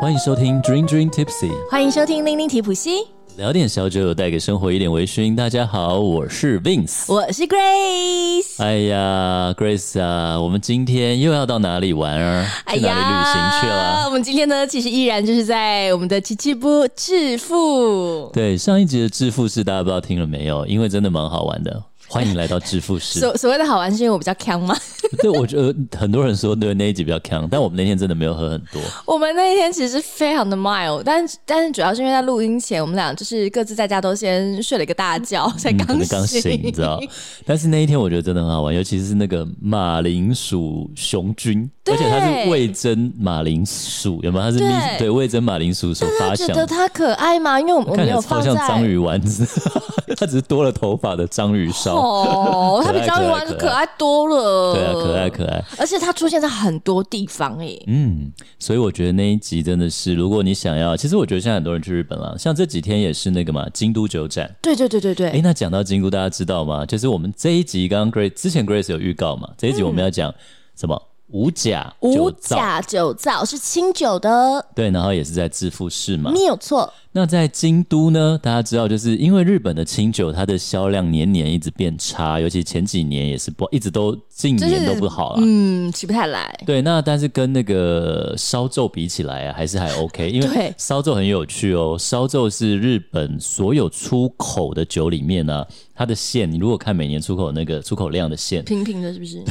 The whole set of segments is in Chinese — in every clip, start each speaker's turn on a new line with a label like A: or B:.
A: 欢迎收听 Dream Dream Tipsy，
B: 欢迎收听《零零提普西》，
A: 聊点小酒，带给生活一点微醺。大家好，我是 Vince。
B: 我是 Grace。
A: 哎呀，Grace 啊，我们今天又要到哪里玩啊？
B: 哎
A: 去哪里旅行去了、
B: 我们今天呢，其实依然就是在我们的奇迹部致富。
A: 对，上一集的致富室大家不知道听了没有？因为真的蛮好玩的，欢迎来到致富 室。
B: 所所谓的好玩，是因为我比较强吗？
A: 对，我觉得很多人说对那一集比较强，但我们那天真的没有喝很多。
B: 我们那一天其实非常的 mild，但但是主要是因为在录音前，我们俩就是各自在家都先睡了一个大觉，才
A: 嗯，可
B: 刚
A: 能刚醒，你知 道？但是那一天我觉得真的很好玩，尤其是那个马铃薯雄菌，而且它是味增马铃薯，有没有？它是蜜
B: 对
A: 对味增马铃薯所发
B: 大家
A: 想
B: 觉
A: 的
B: 得。它可爱吗？因为我们我
A: 看
B: 们
A: 起来
B: 有
A: 超
B: 放
A: 像章
B: 在。
A: 鱼丸子， 它只是多了头发的章鱼烧。
B: 哦，它比
A: 可爱
B: 章
A: 可
B: 鱼
A: 爱
B: 丸子
A: 可
B: 可
A: 爱
B: 爱多了。
A: 对啊，可爱可爱。
B: 而且它出现在很多地方诶、
A: 嗯，所以我觉得那一集真的是，如果你想要，其实我觉得现在很多人去日本了，像这几天也是那个嘛，京都酒展。
B: 对对对对对，
A: 诶，哎那讲到京都，大家知道吗？就是我们这一集刚刚 Grace 之前 Grace 有预告嘛，这一集我们要讲什么？五甲
B: 嗯五
A: 酒造，
B: 甲酒造是清酒的，
A: 对，然后也是在致富市嘛。
B: 没有错。
A: 那在京都呢，大家知道，就是因为日本的清酒，它的销量年年一直变差，尤其前几年也是不，一直都近年都不好啊了。
B: 嗯，起不太来。
A: 对，那但是跟那个烧皱比起来啊，还是还 OK，因为
B: 对
A: 烧皱很有趣哦。烧皱是日本所有出口的酒里面呢、它的线，你如果看每年出口那个出口量的线，
B: 平平的，是不是？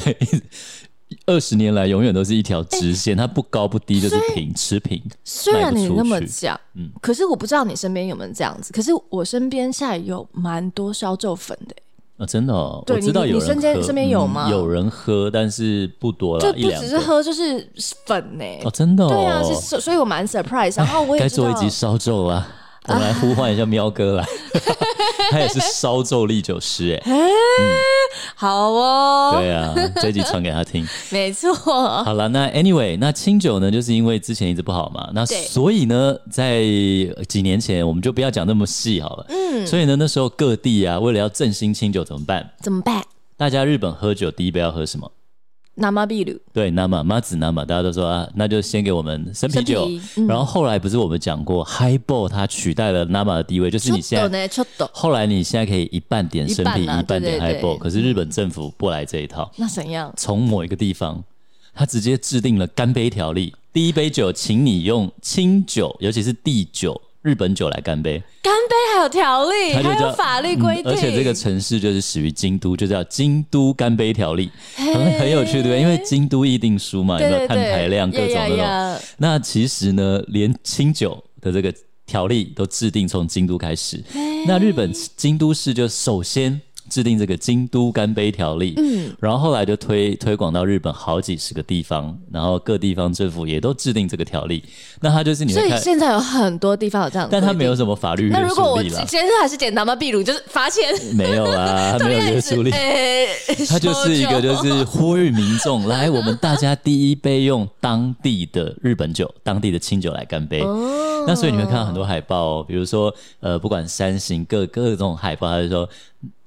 A: 二十年来永远都是一条
B: 哎
A: 直线，它不高不低，就是平持平。
B: 虽然你那么讲，
A: 嗯
B: 可是我不知道你身边有没有这样子。可是我身边现在有蛮多烧皱粉的、
A: 啊，真的哦，
B: 对
A: 我知道
B: 你
A: 有人
B: 你身边
A: 喝嗯
B: 身边有吗
A: 有人喝，但是不多
B: 就
A: 了，一
B: 不
A: 两
B: 只是
A: 个。
B: 喝，就是粉呢、
A: 哦，真的哦，
B: 对啊，是所所以我蛮 surprise。然后 我也
A: 该
B: 知
A: 做
B: 道
A: 一，集烧酒啊，我们来呼唤一下喵哥 来，他也是烧酒历酒师哎，
B: 好哦，
A: 对 啊，这一集传给他听。
B: 没错，
A: 好了，那 anyway，那清酒呢，就是因为之前一直不好嘛，那
B: 对
A: 所以呢，在几年前我们就不要讲那么细好了，嗯，所以呢，那时候各地啊，为了要振兴清酒怎么办？
B: 怎么办？
A: 大家日本喝酒第一杯要喝什么？
B: 拿马秘鲁，
A: 对，nama 妈子 nama，大家都说啊，那就先给我们生啤酒。
B: 生啤嗯
A: 然后后来不是我们讲过，highball 它取代了 nama 的地位，就是
B: ちょ
A: 你
B: っと
A: 现在。
B: 呢，ちょっと，
A: 后来你现在可以一半点生啤，
B: 一半啊
A: 一半点
B: 对对对
A: highball，可是日本政府不来这一套，
B: 那怎样？
A: 从某一个地方，他直接制定了干杯条例，第一杯酒请你用清酒，尤其是地酒。日本酒来干杯，
B: 干杯还有条例，
A: 它就
B: 还
A: 叫嗯
B: 有法律规定、
A: 而且这个城市就是始于京都，就叫《京都干杯条例》很很有趣，对不对？因为京都议定书嘛，有
B: 对
A: 没有
B: 对
A: 碳
B: 对，
A: 排量各种
B: 呀
A: 那种
B: 呀呀
A: 那其实呢，连清酒的这个条例都制定从京都开始。那日本京都市就首先制定这个京都干杯条例，嗯，然后后来就推推广到日本好几十个地方，然后各地方政府也都制定这个条例。那它就是你
B: 所
A: 会
B: 以
A: 看，
B: 现在有很多地方有这样的规
A: 但
B: 定，
A: 它没有什么法律约
B: 那如果
A: 束
B: 我
A: 力啦
B: 今，天还是点拿马秘鲁，就是罚钱，
A: 没有 啦，它没有约束力。
B: 哎，
A: 它就是一个就是呼吁民众来，我们大家第一杯用当地的日本酒、当地的清酒来干杯。
B: 哦
A: 那所以你会看到很多海报、哦，比如说呃，不管山形各各种海报，它就说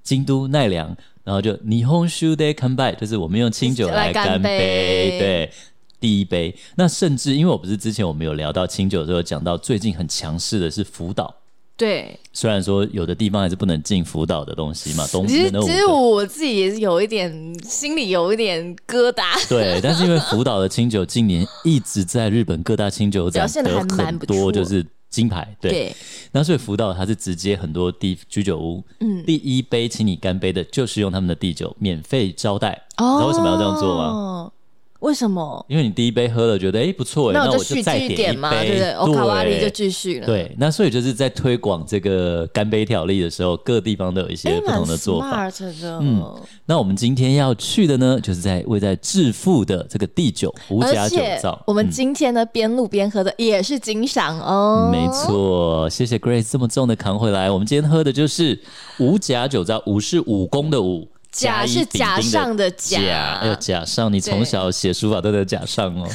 A: 京都奈良，然后就霓虹 s h u d a y c o m b i 就是我们用清酒来干
B: 来干杯
A: 对。第一杯，那甚至因为我不是之前我们有聊到清酒的时候，讲到最近很强势的是福岛，
B: 对。
A: 虽然说有的地方还是不能进福岛的东西嘛，东
B: 其实
A: 那种
B: 其实我自己也是有一点心里有一点疙瘩，
A: 对，但是因为福岛的清酒近年一直在日本各大清酒展
B: 表现得
A: 得
B: 还蛮
A: 很
B: 不
A: 多，
B: 错
A: 就是金牌。对，
B: 对，
A: 那所以福岛它是直接很多地居酒屋，
B: 嗯
A: 第一杯请你干杯的就是用他们的地酒免费招待。
B: 哦
A: 你知道为什么要这样做吗？
B: 吗？哦为什么？
A: 因为你第一杯喝了，觉得哎、诶不错哎、那
B: 我
A: 我
B: 就续
A: 再
B: 继
A: 点
B: 点
A: 一
B: 嘛，
A: 杯，
B: 对不对？
A: 对
B: 欧卡瓦里就继续了，
A: 对，那所以就是在推广这个干杯条例的时候，各地方都有一些
B: 哎，
A: 不
B: 蛮
A: 同的做法。
B: smart 的，嗯，
A: 那我们今天要去的呢，就是在位在致富的这个地酒五甲
B: 而
A: 酒
B: 且
A: 造。嗯
B: 我们今天呢边录边喝的也是金赏哦，
A: 嗯没错，谢谢 Grace 这么重的扛回来。我们今天喝的就是五甲酒糟，五是武功的武，
B: 甲
A: 甲乙
B: 是
A: 丙丁
B: 甲
A: 的
B: 上的
A: 甲，哎呦，甲上，你从
B: 对
A: 小写书法都在甲上哦。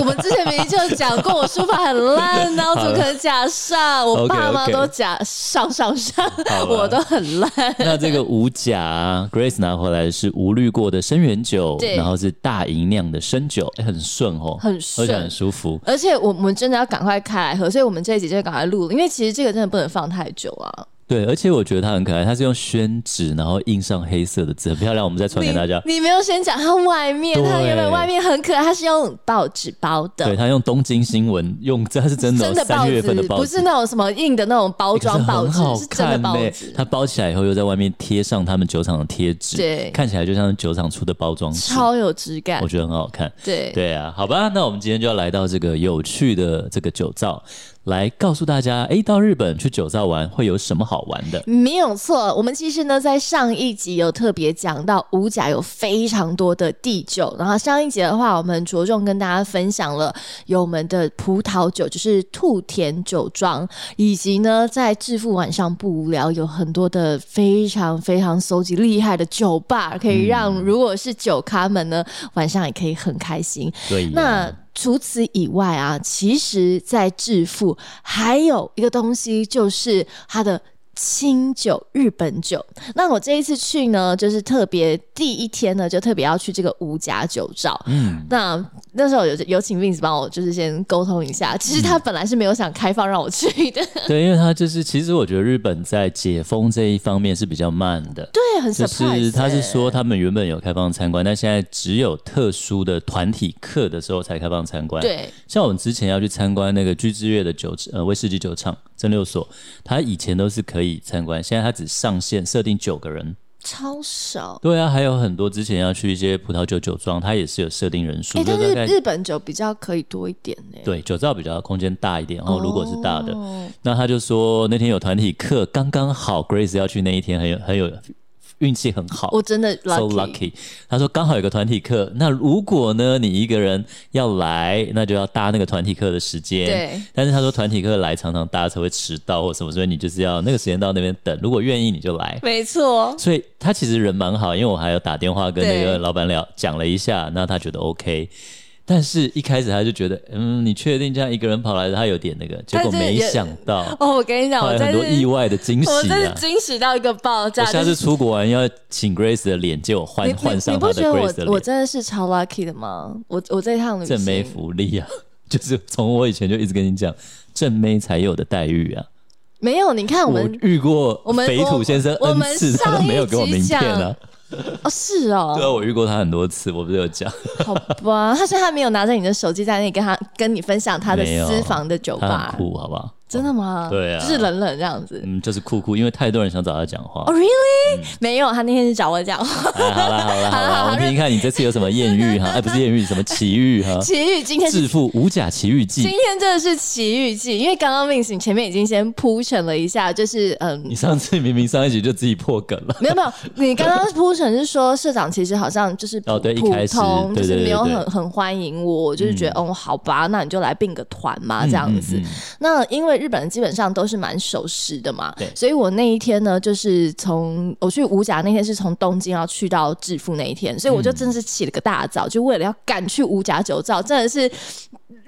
B: 我们之前明明就讲过，我书法很烂呐、我 怎么可能甲上？我
A: OK，OK
B: 爸妈都甲上上上
A: 好，吧
B: 我都很烂。
A: 那这个无甲啊 Grace 拿回来是无滤过的生源酒，
B: 对
A: 然后是大吟酿的生酒，哎，很顺哦，
B: 很顺
A: 喝起来很舒服。
B: 而且我们真的要赶快开来喝，所以我们这一集就赶快录了，因为其实这个真的不能放太久啊。
A: 对，而且我觉得它很可爱，它是用宣纸，然后印上黑色的字，很漂亮。我们再传给大家。
B: 你你没有先讲它外面，
A: 对
B: 它原本外面很可爱，它是用报纸包
A: 对
B: 的，
A: 他用东京新闻用，这它是真的哦、
B: 真的
A: 三
B: 报
A: 月份的
B: 纸，
A: 报
B: 不是那种什么硬的那种包
A: 包
B: 装报
A: 哎很
B: 纸，
A: 好
B: 是真的
A: 看呢、
B: 报纸，
A: 它包起来以后又在外面贴上他们酒厂的贴纸，
B: 对
A: 看起来就像是酒厂出的包装纸，
B: 超有质感
A: 我。觉得很好看。
B: 对，
A: 对啊，好吧，那我们今天就要来到这个有趣的这个酒造，来告诉大家，诶，到日本去酒造玩会有什么好玩的？
B: 没有错，我们其实呢，在上一集有特别讲到五甲有非常多的地酒，然后上一集的话，我们着重跟大家分享了有我们的葡萄酒，就是兔田酒庄，以及呢，在致富晚上不无聊有很多的非常非常搜集厉害的酒吧，可以让如果是酒咖们呢，晚上也可以很开心。
A: 对、呀
B: 那除此以外啊，其实，在致富还有一个东西，就是它的。清酒，日本酒。那我这一次去呢，就是特别第一天呢，就特别要去这个五甲酒造。
A: 嗯，
B: 那那时候有有请 Vince 帮我，就是先沟通一下。其实
A: 嗯
B: 他本来是没有想开放让我 去的，
A: 对，因为它就是，其实我觉得日本在解封这一方面是比较慢的。
B: 对，很 surprise
A: 就
B: 欸、
A: 是他是说，他们原本有开放参观，但现在只有特殊的团体课的时候才开放参观。，
B: 对，
A: 像我们之前要去参观那个居之月的酒呃威士忌酒厂蒸馏所，它以前都是可以参观，现在它只上限设定九个人。
B: 超少。
A: 对啊，还有很多之前要去一些葡萄酒酒庄，它也是有设定人数，
B: 哎、
A: 就
B: 但是
A: 大概
B: 日本酒比较可以多一点呢、
A: 对酒造比较空间大一点，然后如果是大的，
B: 哦
A: 那他就说那天有团体课，刚刚好 Grace 要去那一天，很有很有运气很好。
B: 我真的
A: so Oh, lucky，他说刚好有个团体课，那如果呢你一个人要来，那就要搭那个团体课的时间。
B: 对，
A: 但是他说团体课来常常大家才会迟到或什么，所以你就是要那个时间到那边等，如果愿意你就来。
B: 没错。
A: 所以他其实人蛮好，因为我还有打电话跟那
B: 对
A: 个老板聊讲了一下，那他觉得 OK。但是一开始他就觉得，嗯，你确定这样一个人跑来，他有点那个，结果
B: 但是
A: 没
B: 也
A: 想到，
B: 哦，我跟你讲，
A: 后
B: 我
A: 来
B: 真
A: 很多
B: 是
A: 意外的惊喜
B: 我真是
A: 啊！
B: 惊喜到一个爆
A: 我
B: 炸。
A: 下
B: 就
A: 次
B: 是
A: 出国玩要请 Grace 的脸借我换
B: 你
A: 换
B: 你
A: 上
B: 你
A: 她
B: 不
A: 的
B: 觉得
A: Grace 的
B: 我我
A: 脸，
B: 真的是超 lucky 的吗？我我这一趟旅
A: 正妹
B: 行，
A: 福利啊！ 就是从我以前就一直跟你讲，正妹才有的待遇啊！
B: 没有，你看我
A: 我
B: 们
A: 遇过
B: 我们
A: 肥土先生
B: 我我
A: N
B: 们
A: 次，他都
B: 上一
A: 没有给我
B: 集
A: 名片啊
B: 讲！哦是哦
A: 对， 啊，我遇过他很多次，我不是有讲。
B: 好吧，他现在没有拿着你的手机在那里跟他跟你分享他的
A: 没有
B: 私房的酒
A: 他
B: 吧
A: 很，酷，好不好？
B: 真的吗？
A: 对啊
B: 就是冷冷这样子。
A: 嗯，就是酷酷，因为太多人想找他讲话。
B: 哦、r e a l l y 没有，他那天是找我 讲话。
A: 哎好啦好啦好
B: 好啦
A: 啦，我们听听看你这次有什么艳遇 哈？哎，不是艳遇，什么奇遇哈？
B: 奇遇今天是
A: 致富五甲奇遇
B: 今
A: 记，
B: 天真的是奇遇记，因为刚刚 Vince 你前面已经先铺陈了一下，就是嗯
A: 你，上次明明上一集就自己破梗了。
B: 没有没有，你刚刚铺陈是说社长其实好像就是普、
A: 哦对一
B: 普
A: 开始
B: 通，
A: 对
B: 就是
A: 对对
B: 没有
A: 对
B: 很很欢迎我，我就是觉得、哦好吧，那你就来并个团嘛这样子。
A: 嗯嗯
B: 那因为日本人基本上都是蛮守时的嘛
A: 对，
B: 所以我那一天呢，就是从我去五甲那天是从东京要去到致富那一天，所以我就真的是起了个大早，就为了要赶去五甲酒造，真的是。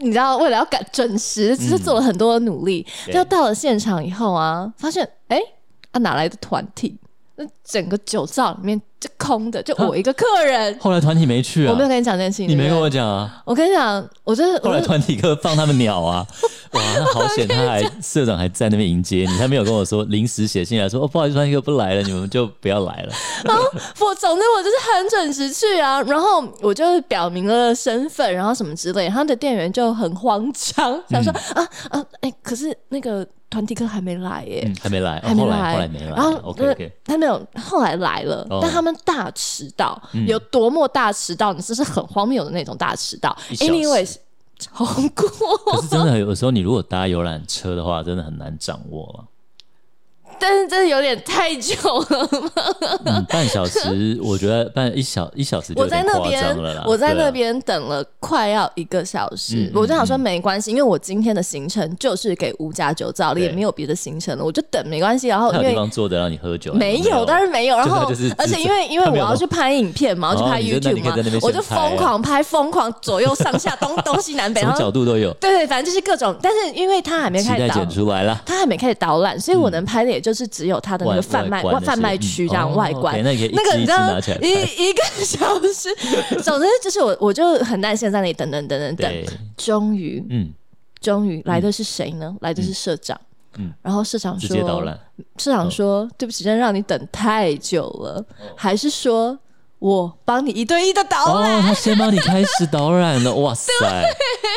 B: 你知道，为了要赶准时，只是做了很多的努力。
A: 嗯对
B: 就到了现场以后啊，发现哎、啊哪来的团体？那整个酒造里面就空的，就我一个客人。
A: 后来团体没啊去啊
B: 我没，有跟你讲这件事情，
A: 你没
B: 对不
A: 跟
B: 对
A: 我讲啊。
B: 我跟你讲，我真的，
A: 后
B: 我
A: 来
B: 真的
A: 团体课放他们鸟 啊，哇，那好险，他还社长还在那边迎接你，他没有跟我说临时写信来说哦，不好意思，团体课不来了，你们就不要来了。
B: 我总之我就是很准时去啊，然后我就表明了身份，然后什么之类，他的店员就很慌
A: 嗯
B: 张，想说、啊啊，哎、可是那个团体课还没来耶、
A: 嗯，还没来，哦
B: 还没
A: 后来
B: 来，
A: 后来没来
B: 然后呃
A: ，OK OK，
B: 他没有，后来来了，
A: 哦嗯
B: 但他们大迟到，有多么大迟到？你这是很荒谬的那种大迟到。
A: 一小时
B: Anyways，超过
A: 啊 可是真的有时候你如果搭游览车的话，真的很难掌握了。
B: 但是真的有点太久了嘛。
A: 嗯，半小时，我觉得半一小一小时就
B: 我
A: 有
B: 在
A: 点
B: 那
A: 夸
B: 边
A: 张了啦。，
B: 我在
A: 对啊
B: 那边等了快要一个小时
A: 嗯，
B: 我就想说没关系，因为我今天的行程就是给五加九照例，
A: 对
B: 也没有别的行程了，我就等没关系。然后
A: 他
B: 因
A: 有地
B: 为
A: 方坐着让你喝酒啊？
B: 没有，当然没有。然后
A: 就是他就是
B: 而且因为因为
A: 他
B: 我
A: 没有
B: 要去拍影片嘛，我要去
A: 哦
B: 拍
A: 你就那你
B: YouTube
A: 可以在那边
B: 嘛，我就
A: 现拍啊
B: 疯狂拍，疯狂左右上下 东东西南北，
A: 什
B: 然
A: 么
B: 后
A: 角度都有，
B: 对对，反正就是各种。但是因为他还没
A: 期
B: 开
A: 待
B: 始导
A: 剪出来了。
B: 他还没开始导览，所以我能拍的也就是只有他的那
A: 外
B: 个贩卖
A: 外观的是
B: 贩卖区这样
A: 嗯
B: 外
A: 哦
B: 观。
A: ，OK，那你可以一
B: 那个
A: 只
B: 你
A: 一
B: 知
A: 只
B: 道
A: 拿起来拍
B: 一一个小时，总之就是我我就很耐心在那里等等等等等，
A: 对，
B: 终于
A: 嗯，
B: 终于来的是谁呢？来的是社长。
A: 嗯
B: 然后社长
A: 直
B: 说
A: 接哦导览，：“
B: 社长说，对不起，真的让你等太久了。还是说我帮你一对一的导览，
A: 哦哦，他先帮你开始导览 了，哇塞，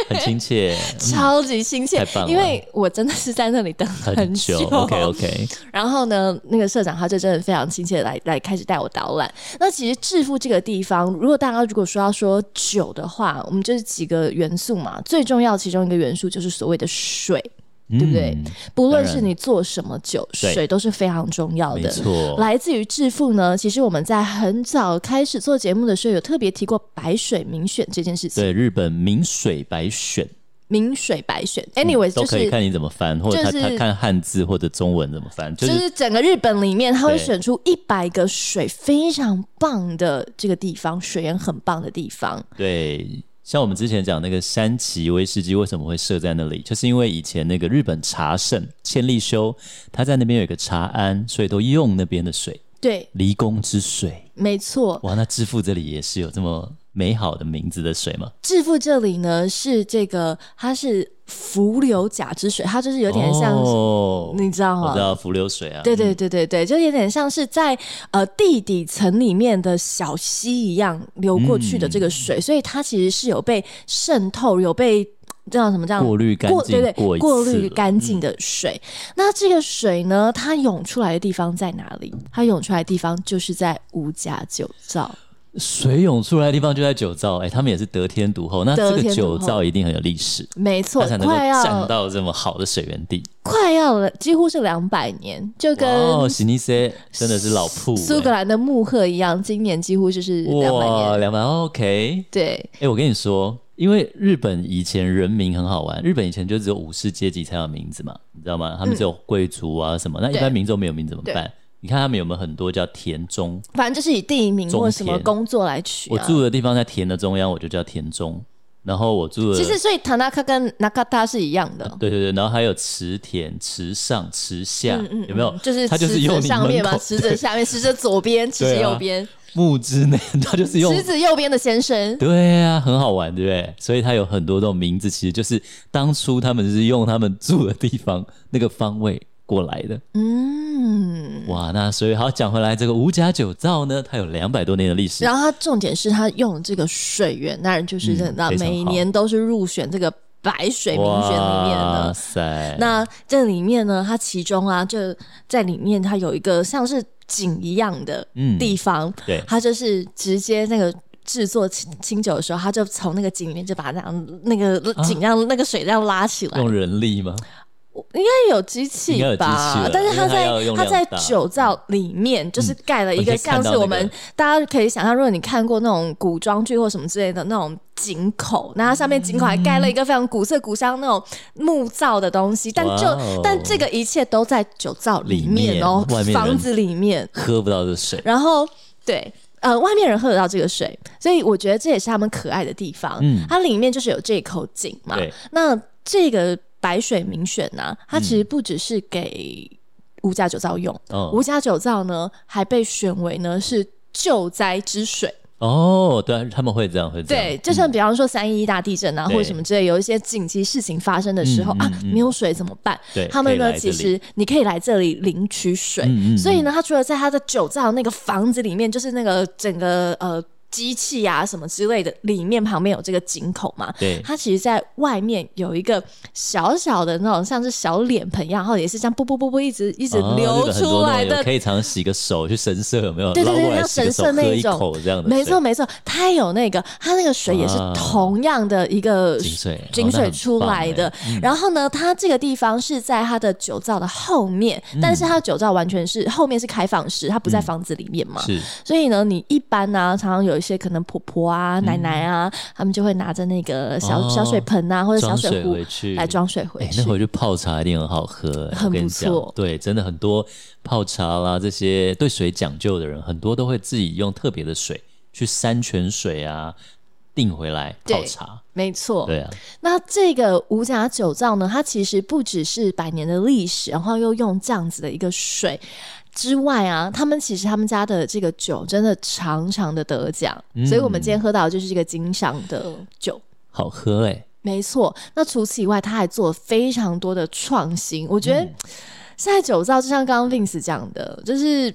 A: 很亲切，
B: 超级亲切
A: 太棒。了
B: 因为我真的是在那里等
A: 很
B: 久。
A: 久，OK OK，
B: 然后呢，那个社长他就真的非常亲切地来来开始带我导览。那其实致富这个地方，如果大家如果说要说酒的话，我们就是几个元素嘛，最重要其中一个元素就是所谓的水，对不对？不论是你做什么酒，
A: 嗯对
B: 水都是非常重要
A: 没
B: 的。
A: 错，
B: 来自于致富呢，其实我们在很早开始做节目的时候，有特别提过白水民选这件事情。
A: 对，日本名水百选
B: 明水白选，anyway，、
A: 嗯都
B: 就
A: 可以
B: 是
A: 看你怎么翻，或者他
B: 就是
A: 他看汉字或者中文怎么翻，就
B: 就是是整个日本里面，他会
A: 对
B: 选出一百个水非常棒的这个地方，水源很棒的地方。
A: 对，像我们之前讲那个山崎威士忌为什么会设在那里，就是因为以前那个日本茶圣千利休，他在那边有一个茶庵，所以都用那边的水，
B: 对，
A: 离宫之水。
B: 没错，
A: 哇，那致富这里也是有这么美好的名字的水吗？
B: 致富这里呢是这个，它是伏流甲之水，它就是有
A: 有
B: 点像，
A: 哦、
B: 你知道
A: 我
B: 吗
A: 知？道伏流水啊，
B: 对对对对对，就有点像是在呃地底层里面的小溪一样流过去的
A: 嗯
B: 这个水，所以它其实是有被渗透，有被叫什么这样
A: 过滤干
B: 过
A: 净
B: 对对
A: 过一
B: 过
A: 次
B: 滤
A: 了嗯
B: 干净的水。那这个水呢，它涌出来的地方在哪里？它涌出来的地方就是在五甲九灶。
A: 水涌出来的地方就在酒造，哎、他们也是得天独厚。那这
B: 得
A: 个
B: 天独
A: 酒
B: 厚
A: 造一定很有历史，
B: 没错
A: 它才，能够
B: 快
A: 占
B: 要
A: 到这么好的水源地。
B: 快要了，几乎是两百年，就
A: 哦，
B: 跟
A: 史尼塞真的是老铺、哎
B: 苏格兰的慕赫一样，今年几乎就是两百
A: 哇，
B: 年。
A: 两百哦 OK。
B: 对，
A: 哎、我跟你说，因为日本以前人名很好玩，日本以前就只有武士阶级才有名字嘛，你知道吗？他们只有贵族啊什么，那一
B: 嗯对
A: 般民众没有名怎么办？你看他们有没有很多叫田中？
B: 反正就是以地名
A: 中
B: 或什么
A: 田
B: 工作来取、啊。
A: 我住的地方在田的中央，我就叫田中。然后我住的，
B: 其实，所以塔纳卡跟纳卡塔是一样的，
A: 对对对，然后还有池田、池上、池下，啊有没有？
B: 嗯就是
A: 它就是
B: 池
A: 用
B: 子
A: 你
B: 上面
A: 门
B: 嘛，
A: 口
B: 池子下面，池子左边，池子
A: 对啊
B: 右边，
A: 木之内，它就是啊用
B: 池子右边的先生。
A: 对啊，很好玩，对不对？所以它有很多这种名字，其实就是当初他们是用他们住的地方那个方位过来的。
B: 嗯，
A: 哇，那所以好讲回来，这个五甲九造呢，它有两百多年的历史。
B: 然后它重点是它用这个水源，当然就是
A: 嗯
B: 真的、
A: 非常好
B: 每年都是入选这个白水名选里面
A: 哇
B: 的。
A: 塞，
B: 那这里面呢，它其中啊，就在里面它有一个像是井一样的
A: 嗯
B: 地方，
A: 对
B: 它就是直接那个。制作清清酒的时候，它就从那个井里面就把那样那个
A: 啊
B: 井让、那个水这样拉起来，
A: 用人力吗？
B: 应该有机器
A: 应该有机
B: 吧？
A: 器
B: 但是
A: 了因为它
B: 它在
A: 要用
B: 它在
A: 量大
B: 酒造里面就是盖了一
A: 我
B: 个
A: 可以看
B: 像
A: 到
B: 是我
A: 那个
B: 们、大家可以想象，如果你看过那种古装剧或什么之类的那种井口，那它上面井口还盖
A: 嗯
B: 了一个非常古色古香那种木造的东西，但就、
A: 哇哦
B: 但这个一切都在酒造里面哦
A: 里面外面，人
B: 房子里面，
A: 喝不到这水。
B: 然后对。呃，外面人喝得到这个水，所以我觉得这也是他们可爱的地方。
A: 嗯
B: 它里面就是有这口井嘛
A: 对。
B: 那这个白水民选呢、它
A: 嗯
B: 其实不只是给五加九造用，
A: 哦
B: 五加九造呢还被选为呢是救灾之水。
A: 哦，对啊，他们会这样，会这样。
B: 对，就像比方说三一一大地震啊，
A: 对
B: 或者什么之类，有一些紧急事情发生的时候
A: 嗯嗯
B: 啊，
A: 嗯
B: 没有水怎么办
A: 对？
B: 他们
A: 可以
B: 呢，
A: 来这
B: 其
A: 里
B: 实你可以来这里领取水
A: 嗯嗯。嗯
B: 所以呢，他除了在他的酒造那个房子里面，就是那个整个呃。机器啊什么之类的，里面旁边有这个井口嘛，
A: 对
B: 它其实在外面有一个小小的那种像是小脸盆一样，然后也是这样啵啵啵啵一直一直
A: 哦日
B: 流
A: 本很多
B: 出
A: 那
B: 来
A: 种有
B: 的
A: 可以常洗个手去神社，有没有？
B: 对对
A: 绕过来
B: 对，像
A: 洗个
B: 神
A: 手
B: 社那
A: 喝
B: 一
A: 一
B: 种，
A: 口这样的水，
B: 没错没错，它有那个，它那个水也是
A: 啊
B: 同样的一个
A: 井水
B: 井水出来的。
A: 哦那很棒哎嗯
B: 然后呢，它这个地方是在它的酒窖的后面，
A: 嗯
B: 但是它的酒窖完全是后面是开放式，它不在房子里面嘛。
A: 是
B: 所以呢，你一般呢、常常有一些可能婆婆啊、奶奶啊，他们就会拿着那个小、
A: 嗯哦
B: 小水盆啊，或者小
A: 装
B: 水
A: 水
B: 壶
A: 回去
B: 来装水回
A: 哎、
B: 去。
A: 那回去泡茶一定很好喝、哎
B: 很
A: 我跟
B: 不
A: 你讲
B: 错，
A: 对，真的很多泡茶啦，这些对水讲究的人，很多都会自己用特别的水去山泉水啊订回来泡
B: 对
A: 茶。
B: 没错，
A: 对啊，
B: 那这个五甲酒窖呢，它其实不只是百年的历史，然后又用这样子的一个水。之外啊，他们其实他们家的这个酒真的常常的得奖，
A: 嗯
B: 所以我们今天喝到的就是这个金赏的酒。
A: 好喝哎、
B: 没错，那除此以外，他还做了非常多的创新。我觉得
A: 嗯
B: 现在酒造就像刚刚 Vince 讲的，就是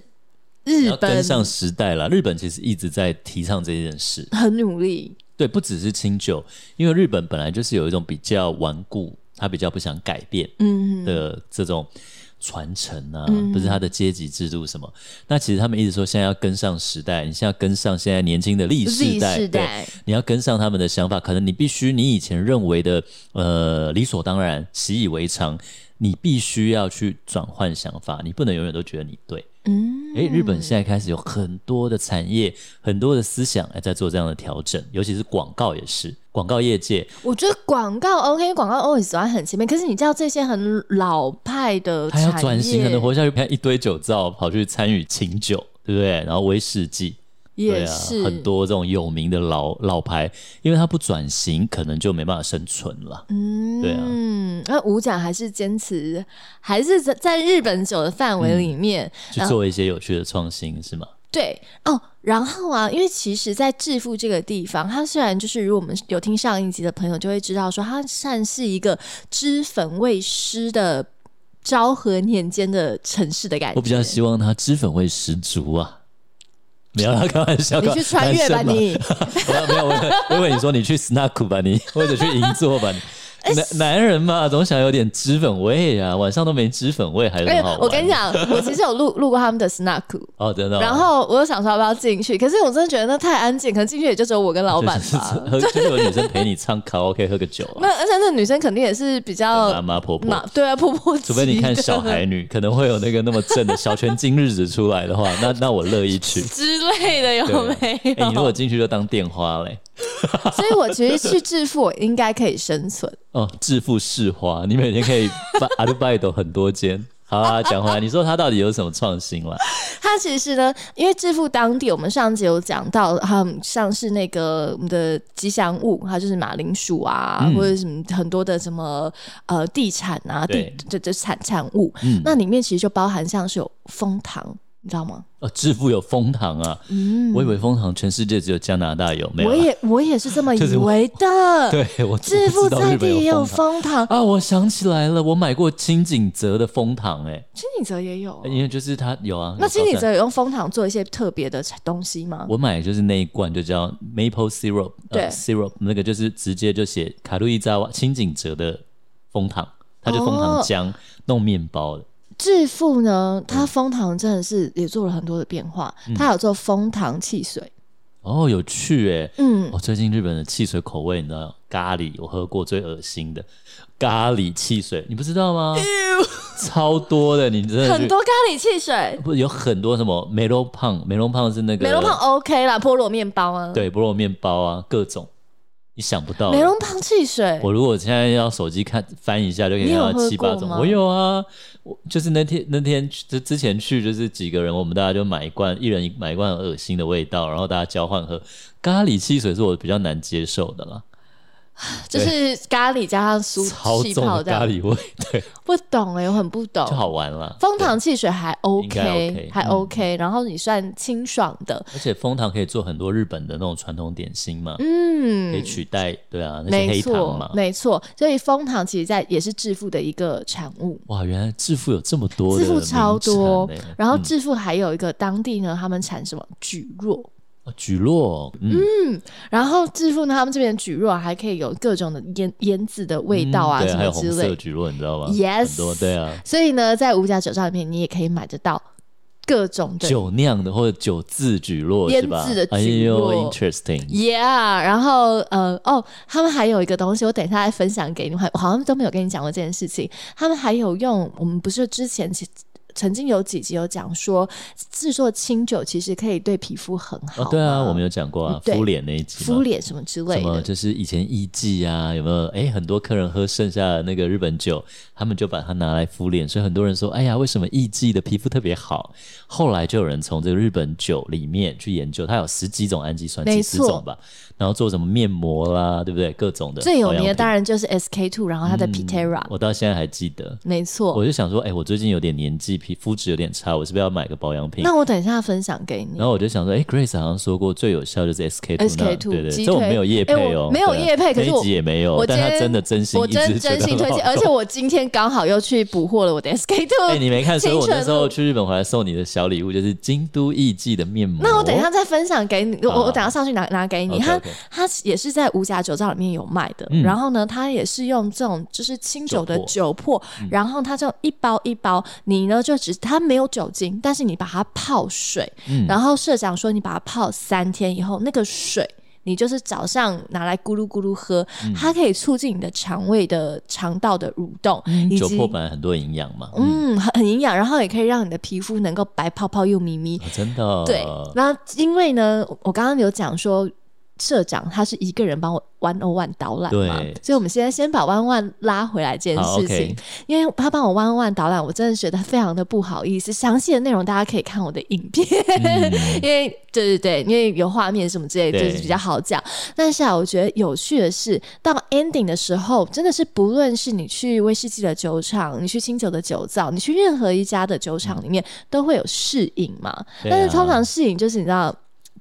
B: 日
A: 要
B: 本
A: 跟上时代了。日本其实一直在提倡这件事，
B: 很努力，
A: 对，不只是清酒，因为日本本来就是有一种比较顽固，他比较不想改变，
B: 嗯，
A: 的这种传承啊，
B: 嗯
A: 不是他的阶级制度什么。那其实他们一直说，现在要跟上时代，你现在要跟上现在年轻的 Z 世
B: Z
A: 代，对，
B: 世代，
A: 你要跟上他们的想法。可能你必须你以前认为的呃理所当然、习以为常，你必须要去转换想法，你不能永远都觉得你对。
B: 嗯，
A: 诶，日本现在开始有很多的产业、很多的思想诶在做这样的调整，尤其是广告也是，广告业界
B: 我觉得广告 OK，广告 always 走在很前面。可是你知道这些很老派的
A: 他
B: 产业，
A: 要转型才能活下去，看一堆酒造跑去参与清酒，对不对？然后威士忌，对
B: 也
A: 啊
B: 是、，
A: 很。多这种有名的老老牌，因为他不转型，可能就没办法生存了。
B: 嗯，
A: 对啊
B: 那五甲还是坚持，还是在在日本酒的范围里面。
A: 去做一些有趣的创新，是吗？
B: 对哦，然后啊，因为其实，在致富这个地方，它虽然就是，如果我们有听上一集的朋友就会知道说，它算是一个脂粉味师的昭和年间的城市的感觉。
A: 我比较希望他脂粉味十足啊。没有啦，开玩笑，
B: 你去穿越吧
A: 男生嘛
B: 你。
A: 没有没有，我我以为你说你去 snack 吧你，或者去银座 吧你。男男人嘛，总想有点脂粉味啊，晚上都没脂粉味还是很
B: 哎呦
A: 好玩。
B: 我跟你，讲，我其实有录录过他们的 snack，
A: 哦，真的哦、
B: 然后我又想说要不要进去，可是我真的觉得那太安静，可能进去也就只有我跟老 板
A: 就是
B: 吧。
A: 喝，就是有女生陪你唱卡拉 OK 喝个酒啊，
B: 那而且那女生肯定也是比
A: 妈
B: 较
A: 妈婆婆。
B: 嘛，对啊，婆婆级
A: 除
B: 的。
A: 非你看小孩女，可能会有那个那么正的小泉今日子出来的话，那那我乐意 去。
B: 之类的有
A: 对啊，
B: 没
A: 哎你如
B: 有？
A: 果进去就当电花嘞，
B: 所以我其实去致富，我应该可以生存。
A: 哦，致富市花，你每天可以把 阿鲁拜斗很多间。好啊，讲回来，你说它到底有什么创新啦？
B: 它其实呢，因为致富当地，我们上集有讲到，嗯，像是那个我们的吉祥物，它就是马铃薯啊，
A: 嗯
B: 或者什么很多的什么呃地产啊，地
A: 对
B: 这这产产物，
A: 嗯
B: 那里面其实就包含像是有蜂糖，你知道吗？
A: 哦，致富有蜂糖啊，我以为蜂糖全世界只有加拿大有，没有
B: 嗯我
A: 啊？
B: 也我也是这么
A: 就是
B: 以
A: 我
B: 为的。
A: 对，我
B: 致
A: 我
B: 富
A: 知道
B: 在
A: 日本
B: 地也有
A: 有糖
B: 蜂糖，
A: 啊，我想起来了，我买过清井泽的蜂糖、哎。
B: 金井泽也有哦、
A: 因为就是它有啊。
B: 那
A: 有
B: 金
A: 挑
B: 井
A: 战
B: 泽有用蜂糖做一些特别的东西吗？
A: 我买的就是那一罐，就叫 Maple Syrup，
B: 对
A: 呃，Syrup 那个就是直接就写卡路伊扎瓦清井泽的枫糖，它
B: 哦
A: 就枫糖浆、弄面包的，
B: 致富呢，
A: 嗯
B: 它蜂糖真的是也做了很多的变化，它有做蜂糖汽水，
A: 哦，有趣诶。
B: 嗯，
A: 我、哦最近日本的汽水口味，你知道咖喱，我喝过最恶心的咖喱汽水，你不知道吗？超多的，你真的
B: 很
A: 去
B: 多咖喱汽水，
A: 不有很多什么梅隆胖，梅隆胖是那个
B: 美容胖 OK 啦，菠萝面包啊，，
A: 对菠萝面包啊，各种你想不到的
B: 美容胖汽水，
A: 我如果现在要手机看翻一下，就可以
B: 你
A: 看
B: 有
A: 到
B: 喝
A: 七八
B: 过
A: 种。
B: 吗
A: 我有啊，我就是那天那天去之之前去，就是几个人，我们大家就买一罐，一人一买一罐很恶心的味道，然后大家交换喝。咖喱汽水是我比较难接受的啦，
B: 就是咖喱加上
A: 超
B: 酥气
A: 重
B: 泡
A: 的
B: 这
A: 咖
B: 样，
A: 喱味，对，
B: 不懂哎、我很不 懂
A: 就。好玩啦。
B: 蜂糖汽水还
A: 应该 OK，
B: 还
A: 嗯
B: OK，、然后你算清爽的，
A: 而且蜂糖可以做很多日本的那种传统点心嘛，
B: 嗯，
A: 可以取代对啊那些
B: 没
A: 黑糖
B: 错
A: 嘛，。
B: 没错，所以蜂糖其实在也是致富的一个产物。
A: 哇，原来致富有这么多的
B: 致
A: 名产欸，
B: 富超多然后
A: 嗯
B: 致富还有一个当地呢，他们产什么蒟蒻，
A: 哦举落，嗯，
B: 然后致富呢，他们这边蒟蒻还可以有各种的腌腌制的味道啊
A: 嗯对，
B: 什
A: 还
B: 么
A: 有红
B: 之类
A: 色。举落，你知道吗
B: Yes
A: 很多对啊，
B: 所以呢，在五甲酒窖里面，你也可以买得到各种的
A: 酒酿的或者酒渍举落是吧？
B: 腌制的
A: 哎
B: 蒟
A: 呦
B: 蒻
A: ，interesting，
B: Yeah，然后呃哦，他们还有一个东西，我等一下再分享给你们，还我好像都没有跟你讲过这件事情。他们还有用，我们不是之前其曾经有几集有讲说，制作清酒其实可以对皮肤很好、
A: 哦，对啊，我们有讲过啊
B: 嗯，对
A: 敷脸那一集嘛
B: 敷。脸什么之
A: 什
B: 类
A: 么
B: 的。
A: 就是以前艺妓啊，有没有？哎，很多客人喝剩下的那个日本酒，他们就把它拿来敷脸，所以很多人说，哎呀，为什么艺妓的皮肤特别好？后来就有人从这个日本酒里面去研究，它有十几种氨基酸，
B: 没
A: 几
B: 错
A: 十种吧，然后做什么面膜啦，对不对？各种的
B: 最有名
A: 保养
B: 的
A: 品嗯
B: 当然就是 SK two，然后它的 Pitera，、
A: 我到现在还记得。
B: 没错。
A: 我就想说，哎、我最近有点年纪，皮肤质有点差，我是不是要买个保养品？
B: 那我等一下分享给你
A: 然。后我就想说，哎、g r a c e 好像说过最有效就是 SK two，
B: SK-II
A: 对对，
B: 鸡
A: 这我
B: 腿
A: 没有业配
B: 哎
A: 哦、
B: 我没有
A: 对啊
B: 业配可是
A: 那一
B: 我
A: 集也没有
B: 我，
A: 但他
B: 今天
A: 真的真心
B: 我
A: 一直觉
B: 真
A: 得
B: 真心
A: 很
B: 推
A: 好
B: 荐，而且
A: 用
B: 我今天刚好又去补货了我的 SK two、
A: 哎、你没看，所以我那时候
B: 路
A: 去日本回来送你的小礼物就是京都艺妓的面膜。
B: 那我等一下再分享给你，
A: 哦好
B: 我我等一下上去拿拿给你。它
A: OK，OK
B: 它也是在五甲酒窖里面有卖的，
A: 嗯
B: 然后呢，它也是用这种就是清酒的酒粕，
A: 嗯
B: 然后它就一包一包，你呢就只它没有酒精，但是你把它泡水，
A: 嗯
B: 然后社长说你把它泡三天以后，那个水。你就是早上拿来咕噜咕噜喝，
A: 嗯
B: 它可以促进你的肠胃的肠道的蠕动，以
A: 嗯酒
B: 及
A: 粕本来很多营养嘛，嗯，
B: 嗯很很营养，然后也可以让你的皮肤能够白泡泡又咪咪。
A: 哦真的哦。
B: 对，那因为呢，我刚刚有讲说。社长他是一个人帮我 one o one 导览嘛
A: 对，
B: 所以我们现在先把 one oh one 拉回来这件
A: 好
B: 事情
A: OK
B: 因为他帮我 one one 导览，我真的觉得非常的不好意思。详细的内容大家可以看我的影片，因为对对对，因为有画面什么之类的，
A: 嗯对
B: 就是比较好讲。但是啊，我觉得有趣的是，到 ending 的时候，真的是不论是你去威士忌的酒厂，你去清酒的酒造，你去任何一家的酒厂里面，都会有试饮嘛。
A: 嗯对啊
B: 但是通常试饮就是你知道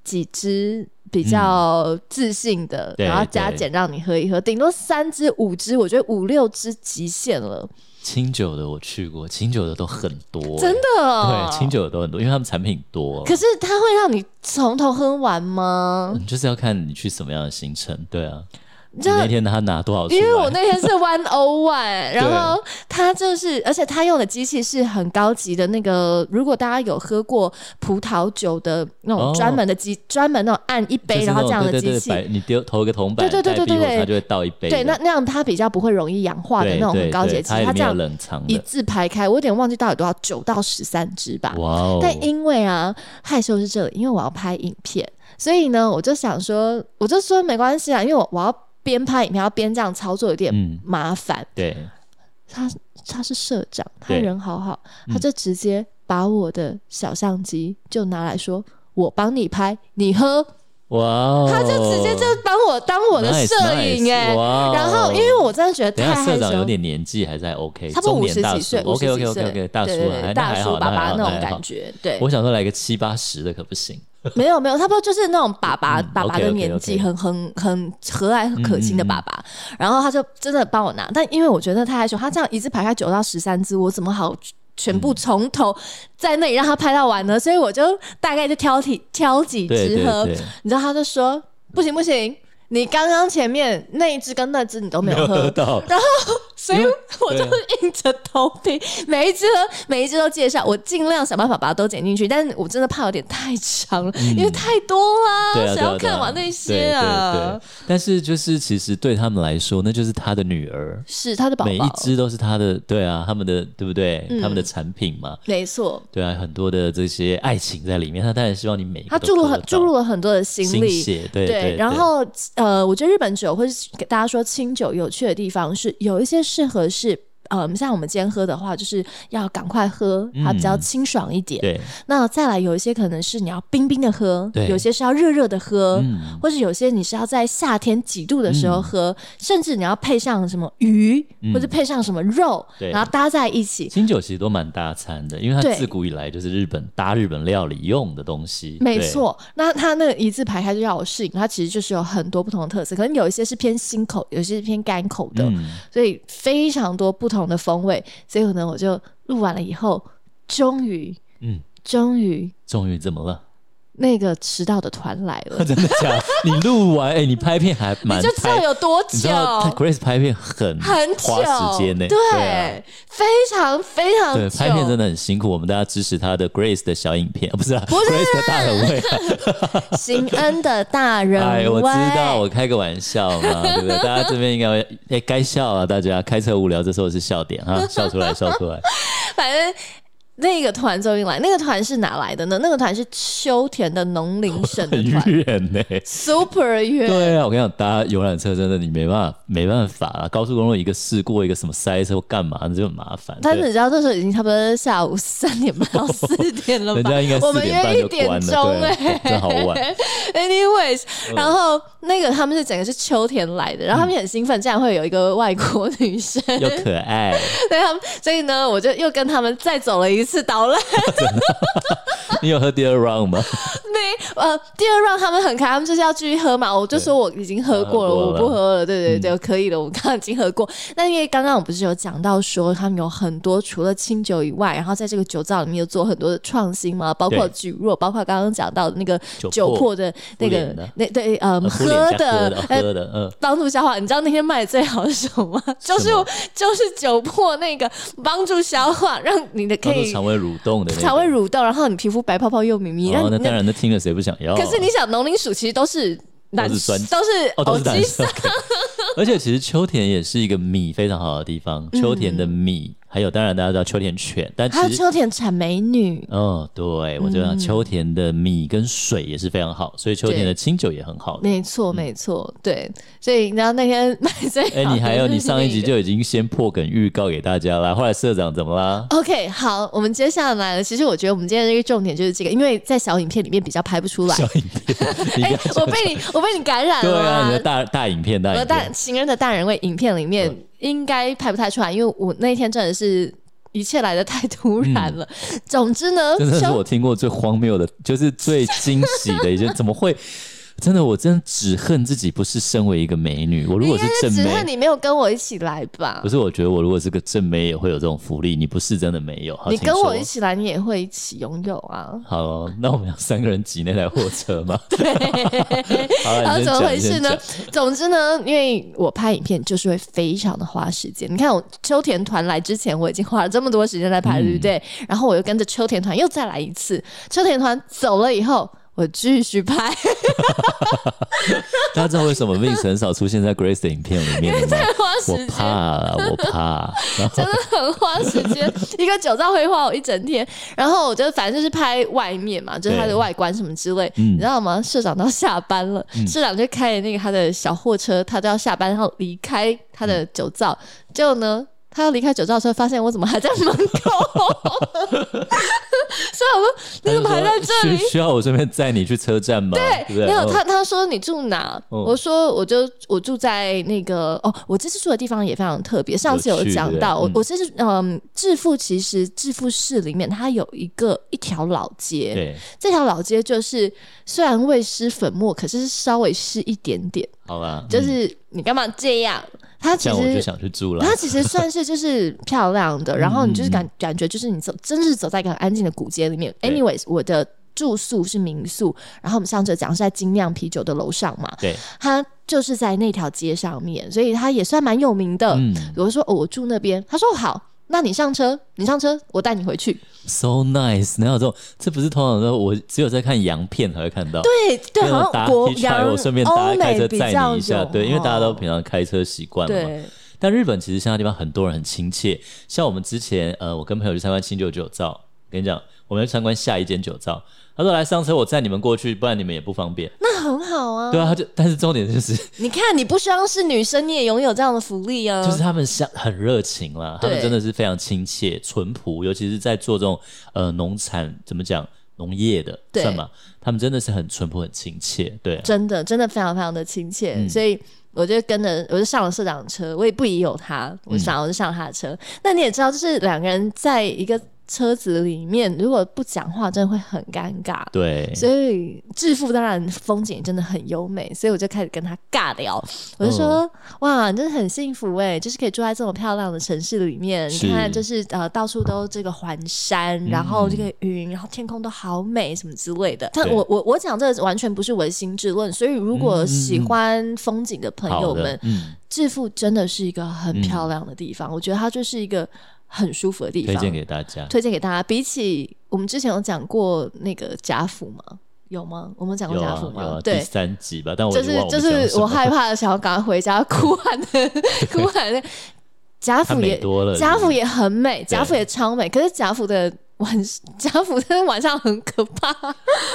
B: 几支。比较自信的，
A: 嗯对
B: 然后加
A: 对
B: 减让你喝一喝，顶多三支五支，我觉得五六支极限了，
A: 清酒的我去过，清酒的都很多，欸
B: 真的哦。
A: 对，清酒的都很多，因为他们产品多。
B: 可是它会让你从头喝完吗？
A: 嗯就是要看你去什么样的行程，对啊。你
B: 知道
A: 那天他拿多少出来？
B: 因为我那天是 One O One，然后它就是，而且它用的机器是很高级的那个。如果大家有喝过葡萄酒的那种
A: 哦
B: 专门的机，专门那种按一杯，
A: 就是
B: 然
A: 那
B: 后这
A: 种
B: 样的
A: 对对
B: 机
A: 对
B: 器，
A: 摆你丢投一个铜板，
B: 对对对对
A: 代币或
B: 对对
A: 者它就会倒一杯的。
B: 对，那那样它比较不会容易氧化的
A: 对
B: 那种
A: 对
B: 很高级
A: 对
B: 的机
A: 它
B: 器，
A: 也
B: 它
A: 没
B: 这
A: 有
B: 样
A: 冷藏
B: 一
A: 的，
B: 字排开，我有点忘记到底多少，九到十三支吧。
A: 哇哦！
B: 但因为啊，害羞是这里，因为我要拍影片，所以呢，我就想说，我就说没关系啊，因为我我要边拍影片，要边这样操作，有点
A: 嗯
B: 麻烦。
A: 对，
B: 他他是社长，他
A: 对嗯
B: 人好好，他就直接把我的小相机就拿来说。我帮你拍，你喝，
A: 哇哦！
B: 他就直接就帮我当我的
A: Nice，
B: 摄影
A: nice，
B: 哎、
A: 哇哦
B: 然后因为我真的觉得
A: 等
B: 太
A: 一下
B: 害
A: 社
B: 羞，
A: 长有点年纪还是还 OK，
B: 差不多
A: 中
B: 五
A: 年
B: 十
A: 大
B: 几
A: 叔
B: 岁
A: ，OK
B: 50
A: OK
B: 几
A: OK
B: 岁
A: OK，大叔
B: 对对
A: 啊
B: 对
A: 还那
B: 大
A: 还
B: 叔
A: 好，那
B: 爸
A: 还
B: 爸
A: 好
B: 那种
A: 还好
B: 感觉，对，
A: 我想说来个七八十的可不行，
B: 没有没有，差不多就是那种爸爸、爸爸的
A: 嗯 OK，OK，OK 嗯
B: 年纪，很很很和蔼可亲的爸爸。然后他就真的帮我拿，但因为我觉得太害羞，他这样一字排开九到十三支，我怎么好全部从头
A: 嗯
B: 在那里让他拍到完呢？所以我就大概就挑剔挑几
A: 对
B: 支
A: 对
B: 喝。
A: 对，
B: 你知道，他就说不行不行，你刚刚前面那一支跟那支你都没 有喝
A: 喝，到
B: 所 以我就
A: 对
B: 硬着头皮，每一只都每一只都介绍，我尽量想办法把它都剪进去，但是我真的怕有点太长了，因为太多啦，
A: 嗯 对啊，
B: 谁
A: 对啊
B: 要
A: 对啊
B: 看完那些
A: 对对
B: 啊
A: 对？但是就是其实对他们来说，那就是他的女儿，
B: 是他的宝嗯
A: 每
B: 宝
A: 一，只都是他的，对啊，他们的对不对？他们的产品嘛，
B: 没错，
A: 对啊，很多的这些爱情在里面，他当然希望你每一个
B: 他
A: 都
B: 注入
A: 喝
B: 很
A: 得
B: 注
A: 到
B: 入了很多的心
A: 心
B: 力。
A: 血，对对，
B: 然后呃，我觉得日本酒或是给大家说清酒有趣的地方是，有一些适合是。嗯，像我们今天喝的话，就是要赶快喝，它比较
A: 嗯
B: 清爽一点。
A: 对，
B: 那再来有一些可能是你要冰冰的喝，
A: 对
B: 有些是要热热的喝，
A: 嗯
B: 或者有些你是要在夏天几度的时候喝，甚至你要配上什么鱼，或者配上什么肉，
A: 嗯对
B: 然后搭在一起。
A: 清酒其实都蛮搭餐的，因为它
B: 对
A: 自古以来就是日本搭日本料理用的东西，
B: 没
A: 对，
B: 错，那它那个一字排开就要我适应，它其实就是有很多不同的特色，可能有一些是偏辛口，有些是偏干口的，
A: 嗯。
B: 所以非常多不同的风味。所以可能我就录完了以后，终于，
A: 嗯
B: 终于
A: 终于怎么了？
B: 那个迟到的团来了，
A: 真的假的？你录完，哎、你拍片还蛮
B: 你就知道
A: 拍
B: 有多
A: 你知。
B: 久
A: 道他 Grace 拍片很
B: 很久，
A: 花时间呢、
B: 对，
A: 啊
B: 非常非常
A: 对，
B: 久
A: 拍片真的很辛苦，我们大家支持他的 Grace 的小影片，啊不是、啊、
B: 不是
A: Grace 的大很会、啊。
B: 行恩的大人
A: 哎，我
B: 喂
A: 知道，我开个玩笑嘛， 对不对？大家这边应该会哎该笑啊，大家开车无聊，这时候是笑点 啊，笑出来，笑出来。
B: 反正那个团终于来，那个团是哪来的呢？那个团是秋田的农林省的
A: 很
B: 团
A: 远呢、
B: ，Super 远。
A: 哎对啊，我跟你讲，搭游览车真的你没办法，没办法啊！高速公路一个事故，一个什么塞车或干嘛，那就很麻烦。
B: 但是
A: 对
B: 你知道，这时候已经差不多是下午三点半到四点了吧？
A: 人家应该
B: 我
A: 四
B: 们
A: 点半
B: 约
A: 就
B: 一点
A: 关
B: 钟
A: 了，
B: 哎、
A: 对，嗯真好晚。
B: Anyways，、然后那个他们是整个是秋天来的，然后他们也很兴奋，竟然会有一个外国女生，
A: 又可爱，
B: 对他们，所以呢，我就又跟他们再走了一次导览。
A: 你有喝第二 round 吗？
B: 没呃，第二 round 他们很开，他们就是要继续喝嘛，我就说我已经喝过
A: 喝过
B: 了，我
A: 了嗯
B: 不喝了，对对对，可以了，我刚刚已经喝过。 那因为刚刚我不是有讲到说他们有很多除了清酒以外，然后在这个酒造里面有做很多的创新嘛，包括
A: 对
B: 举弱，包括刚刚讲到的那个
A: 酒
B: 酒
A: 粕
B: 粕的那
A: 不
B: 个
A: 廉的
B: 那对嗯
A: 呃不
B: 喝
A: 廉价喝
B: 的
A: 的，
B: 呃
A: 喝的，嗯，
B: 帮助消化。你知道那天卖的最好是什么吗？就是
A: 什么
B: 就是酒粕那个帮助消化，让你的可
A: 当做
B: 以
A: 肠胃蠕动的那个
B: 肠胃蠕动，然后你皮肤白泡泡又明明。
A: 哦，那
B: 你
A: 当然，那听了谁不想要？
B: 可是你想，农林署其实都是男，
A: 哦都是酸
B: 都是
A: 哦，都是
B: 偶
A: 男
B: 机
A: 生。OK 而且其实秋田也是一个米非常好的地方，秋田的米，还有当然大家知道秋田犬，但
B: 嗯还有
A: 其实。
B: 秋田产美女，
A: 嗯，对，我觉得秋田的米跟水也是非常好，所以秋田的清酒也很好的。
B: 没错没错，对，所以你知道那天 买最
A: 嗯哎、
B: 好
A: 你
B: 的
A: 还有
B: 就是
A: 你上一集
B: 那个
A: 就已经先破梗预告给大家啦，后来社长怎么啦？
B: OK，好，我们接下来呢，其实我觉得我们今天的一个重点就是这个，因为在小影片里面比较拍不出来
A: 小。影片，你
B: 哎、
A: 刚刚
B: 我被你我被你感染
A: 对
B: 了
A: 啊，
B: 啦
A: 你的大大影片，大
B: 我的
A: 影
B: 大
A: 片，
B: 情人的大人味影片里面应该拍不太出来，因为我那天真的是一切来的太突然了。总之呢，
A: 嗯真的是
B: 秋
A: 我听过最荒谬的，就是最惊喜的一 件，怎么会？真的，我真的只恨自己不是身为一个美女，我如果是正
B: 只
A: 美，
B: 恨你没有跟我一起来吧
A: 不。是，我觉得我如果是个正妹也会有这种福利，你不是真的没有。好
B: 你
A: 请
B: 跟我
A: 说
B: 一起来，你也会一起拥有啊。
A: 好、哦那我们要三个人挤那台货车吗？ 好
B: 然
A: 了，
B: 后
A: 啊你先
B: 啊
A: 讲
B: 怎么回事呢？总之呢，因为我拍影片就是会非常的花时间。你看，我秋田团来之前，我已经花了这么多时间在拍，对不对？
A: 嗯
B: 然后我又跟着秋田团又再来一次，秋田团走了以后。我继续拍，
A: 哦大家知道为什么 Vince 很少出现在 Grace 的影片里面了吗？
B: 花
A: 我
B: 时
A: 怕
B: 间
A: 啊，我怕。然后
B: 真的很花时间。一个酒照会花我一整天，然后我就反正就是拍外面嘛，就是它的
A: 对
B: 外观什么之类，
A: 嗯
B: 你知道吗？社长都要下班了，社长就开着那个他的小货车，他都要下班，然后离开他的酒造。结果呢，他要离开酒造的时候，发现我怎么还在门口？ 社长说：“ 你怎么还在这里
A: 需？”需要我顺便载你去车站吗？对不对？
B: 没有，
A: 哦
B: 他他说你住哪？
A: 嗯
B: 我说我就我住在那个哦，我这次住的地方也非常特别。上次有
A: 有趣
B: 讲
A: 对
B: 到，我
A: 嗯
B: 我这次嗯，致富其实致富市里面它有一个一条老街，
A: 对，
B: 这条老街就是虽然未施粉末，可是是稍微湿一点点，
A: 好吧，
B: 就
A: 嗯
B: 是你干嘛这样？它其
A: 这样我就
B: 实。
A: 想去住了。
B: 它其实算是就是漂亮的，然后你就是
A: 嗯
B: 感感觉就是你走，真是走在一个很安静的古街里面。
A: 对
B: Anyways，我的住宿是民宿，然后我们上次讲是在精酿啤酒的楼上嘛，
A: 对，
B: 它就是在那条街上面，所以它也算蛮有名的。
A: 嗯
B: 我就说哦，我住那边，他说好，那你上车，你上车，我带你回去。
A: ，so nice。哪有这种？这不是通常说，我只有在看洋片才会看到。
B: 对对，
A: 没有
B: 好
A: 搭
B: 像国
A: hitchhike，
B: 洋
A: 我顺便搭
B: 欧
A: 开
B: 美
A: 车
B: 比
A: 载
B: 较
A: 你一下，
B: 有
A: 对，因为大家都
B: 哦
A: 平常开车习惯了嘛。
B: 对
A: 但日本其实像那地方很多人很亲切，像我们之前呃，我跟朋友去参观新旧酒造，跟你讲，我们要参观下一间酒造，他说来上车，我载你们过去，不然你们也不方便。
B: 那很好啊。
A: 对啊，他就但是重点就是
B: 你看，你不光是女生，你也拥有这样的福利啊。
A: 就是他们像很热情啦，他
B: 对
A: 们真的是非常亲切、淳朴，尤其是在做这种呃农产怎么讲农业的
B: 对
A: 算嘛，他们真的是很淳朴、很亲切，对啊。
B: 真的真的非常非常的亲切，所以我就跟着我就上了社长的车，我也不疑有他，我上我就上了他的车。那你也知道，就是两个人在一个车子里面，如果不讲话，真的会很尴尬。
A: 对，
B: 所以致富当然风景真的很优美，所以我就开始跟他尬聊，我就说：“
A: 哦
B: 哇，你真的很幸福哎、就是可以住在这么漂亮的城市里面，
A: 是嗯
B: 你看就是呃到处都这个环山，然后这个云，然后天空都好美什么之类的。”但
A: 对嗯
B: 我我我讲这个完全不是我的心智论，所以如果喜欢风景的朋友
A: 好
B: 们，
A: 的，嗯，
B: 致富真的是一个很漂亮的地方，我觉得它就是一个很舒服的地方，
A: 推荐给大家。
B: 推荐给大家。比起我们之前有讲过那个贾府吗？有吗？我们讲过
A: 有
B: 贾
A: 啊
B: 府
A: 有
B: 吗？
A: 啊，第
B: 对。
A: 三集吧，但我
B: 就
A: 已经
B: 是
A: 忘了
B: 就
A: 我们讲
B: 是
A: 什
B: 我
A: 么
B: 害怕的，想要赶快回家哭喊的 哭喊的。贾
A: 它
B: 府
A: 美
B: 也
A: 多了，
B: 贾府
A: 也
B: 也很美，贾府也超美。可是贾府的 晚贾府的晚上很可怕，